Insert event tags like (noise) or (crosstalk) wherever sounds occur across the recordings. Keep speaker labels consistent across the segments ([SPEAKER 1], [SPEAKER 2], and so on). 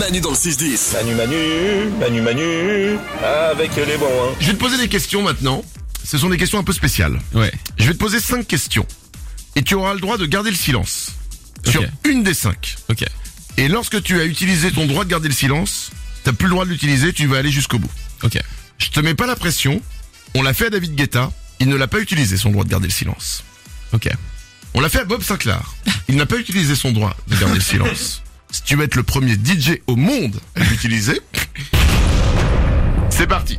[SPEAKER 1] Manu dans le 6-10.
[SPEAKER 2] Manu Manu, Manu Manu, avec les bons. hein.
[SPEAKER 3] Je vais te poser des questions maintenant. Ce sont des questions un peu spéciales.
[SPEAKER 4] Ouais.
[SPEAKER 3] Je vais te poser cinq questions. Et tu auras le droit de garder le silence. Sur
[SPEAKER 4] Ok.
[SPEAKER 3] une des cinq.
[SPEAKER 4] Ok.
[SPEAKER 3] Et lorsque tu as utilisé ton droit de garder le silence, t'as plus le droit de l'utiliser, tu vas aller jusqu'au bout.
[SPEAKER 4] Ok.
[SPEAKER 3] Je te mets pas la pression. On l'a fait à David Guetta. Il ne l'a pas utilisé, son droit de garder le silence.
[SPEAKER 4] Ok.
[SPEAKER 3] On l'a fait à Bob Sinclair. Il n'a pas utilisé son droit de garder le silence. Si tu veux être le premier DJ au monde à l'utiliser, c'est parti.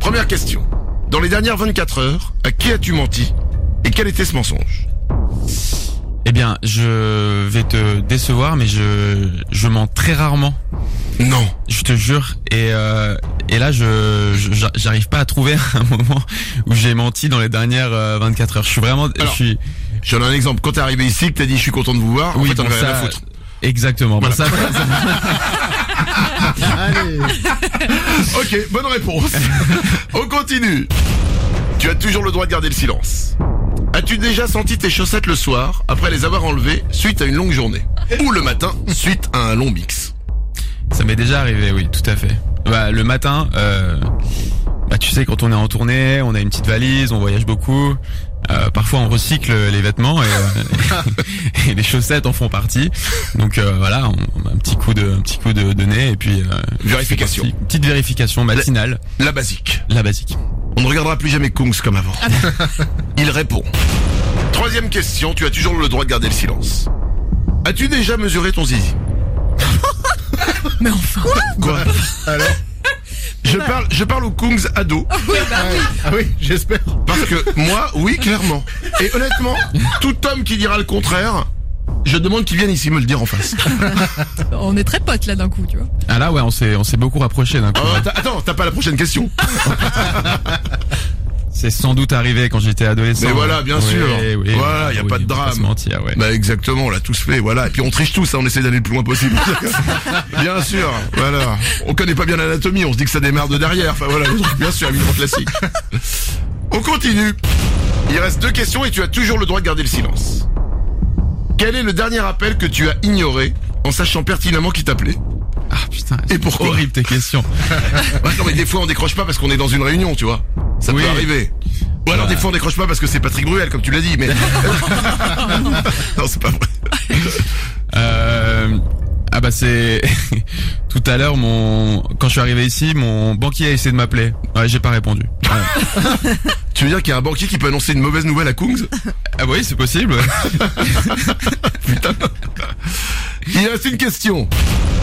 [SPEAKER 3] Première question. Dans les dernières 24 heures, à qui as-tu menti et quel était ce mensonge
[SPEAKER 4] Eh bien, je vais te décevoir, mais je je mens très rarement.
[SPEAKER 3] Non.
[SPEAKER 4] Je te jure. Et euh, et là, je je- j'a- j'arrive pas à trouver (laughs) un moment où j'ai menti dans les dernières euh, 24 heures. Je suis vraiment.
[SPEAKER 3] Alors,
[SPEAKER 4] je suis.
[SPEAKER 3] Je te donne un exemple. Quand t'es arrivé ici, que t'as dit je suis content de vous voir, en fait, t'en
[SPEAKER 4] bon,
[SPEAKER 3] avais rien
[SPEAKER 4] ça-
[SPEAKER 3] à foutre.
[SPEAKER 4] Exactement. Bon,
[SPEAKER 3] (laughs)
[SPEAKER 4] ça,
[SPEAKER 3] Ok, bonne réponse. On continue. Tu as toujours le droit de garder le silence. As-tu déjà senti tes chaussettes le soir après les avoir enlevées suite à une longue journée Ou le matin suite à un long mix
[SPEAKER 4] Ça m'est déjà arrivé, oui, tout à fait. Bah, le matin, euh, bah, tu sais, quand on est en tournée, on a une petite valise, on voyage beaucoup. euh, parfois, on recycle les vêtements et, euh, (laughs) et les chaussettes en font partie. Donc euh, voilà, on, un petit coup de, un petit coup de, de nez et puis euh,
[SPEAKER 3] Vérification.
[SPEAKER 4] c'est parti. petite vérification matinale,
[SPEAKER 3] La basique.
[SPEAKER 4] la basique.
[SPEAKER 3] On ne regardera plus jamais Kungs
[SPEAKER 5] (laughs)
[SPEAKER 3] comme avant. Il répond. Troisième question, tu as toujours le droit de garder le silence. As-tu déjà mesuré ton zizi
[SPEAKER 6] Mais enfin,
[SPEAKER 3] Quoi Alors (laughs) je parle, je parle aux Kungs ados.
[SPEAKER 5] Ah oui, j'espère.
[SPEAKER 3] Parce que moi, oui, clairement. Et honnêtement, tout homme qui dira le contraire, je demande qu'il vienne ici me le dire en face.
[SPEAKER 6] on est très potes là d'un coup, tu vois.
[SPEAKER 4] Ah là, ouais, on s'est, on s'est beaucoup rapproché d'un coup.
[SPEAKER 5] Ah
[SPEAKER 3] Oh, t'as- attends, t'as pas la prochaine question.
[SPEAKER 4] C'est sans doute arrivé quand j'étais adolescent.
[SPEAKER 3] Mais voilà, bien
[SPEAKER 4] Oui,
[SPEAKER 3] sûr.
[SPEAKER 4] oui, Ah
[SPEAKER 3] Voilà, y a
[SPEAKER 4] oui,
[SPEAKER 3] pas de
[SPEAKER 4] on va
[SPEAKER 3] drame.
[SPEAKER 4] se mentir, ouais.
[SPEAKER 3] Bah exactement, on l'a tous fait, voilà. Et puis on triche tous, hein, on essaie d'aller le plus loin possible. (laughs) bien sûr, voilà. On connaît pas bien l'anatomie, on se dit que ça démarre de derrière. Enfin voilà, le truc, bien sûr, évidemment classique. On continue. Il reste deux questions et tu as toujours le droit de garder le silence. Quel est le dernier appel que tu as ignoré en sachant pertinemment qui t'appelait
[SPEAKER 4] Ah putain,
[SPEAKER 3] Et
[SPEAKER 4] c'est
[SPEAKER 3] pourquoi
[SPEAKER 4] horrible tes questions.
[SPEAKER 3] Ouais, Non mais des fois on décroche pas parce qu'on est dans une réunion, tu vois. Ça
[SPEAKER 4] Oui.
[SPEAKER 3] peut arriver. Ou alors des fois on décroche pas parce que c'est Patrick Bruel, comme tu l'as dit, mais... non, c'est pas vrai.
[SPEAKER 4] Euh, ah bah c'est (laughs) tout à l'heure mon quand je suis arrivé ici mon banquier a essayé de m'appeler. Ouais, j'ai pas répondu. Ouais.
[SPEAKER 3] Tu veux dire qu'il y a un banquier qui peut annoncer une mauvaise nouvelle à Kungs
[SPEAKER 4] ah oui, c'est possible.
[SPEAKER 3] Il reste une question.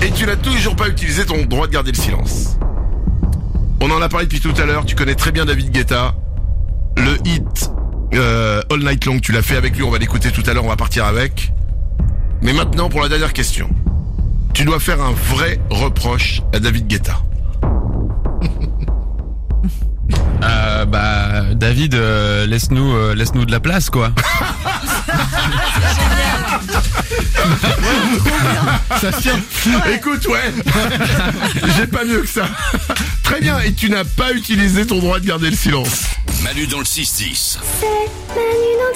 [SPEAKER 3] Et tu n'as toujours pas utilisé ton droit de garder le silence. On en a parlé depuis tout à l'heure, tu connais très bien David Guetta. Le hit euh, All Night Long, tu l'as fait avec lui, on va l'écouter tout à l'heure, on va partir avec. Mais maintenant, pour la dernière question. Tu dois faire un vrai reproche à David Guetta.
[SPEAKER 4] Euh, bah David euh, laisse-nous euh, laisse-nous de la place quoi.
[SPEAKER 3] Ça tient (laughs) Écoute, ouais J'ai pas mieux que ça. Très bien, et tu n'as pas utilisé ton droit de garder le silence.
[SPEAKER 1] Manu dans le 6-10.
[SPEAKER 7] C'est Manu dans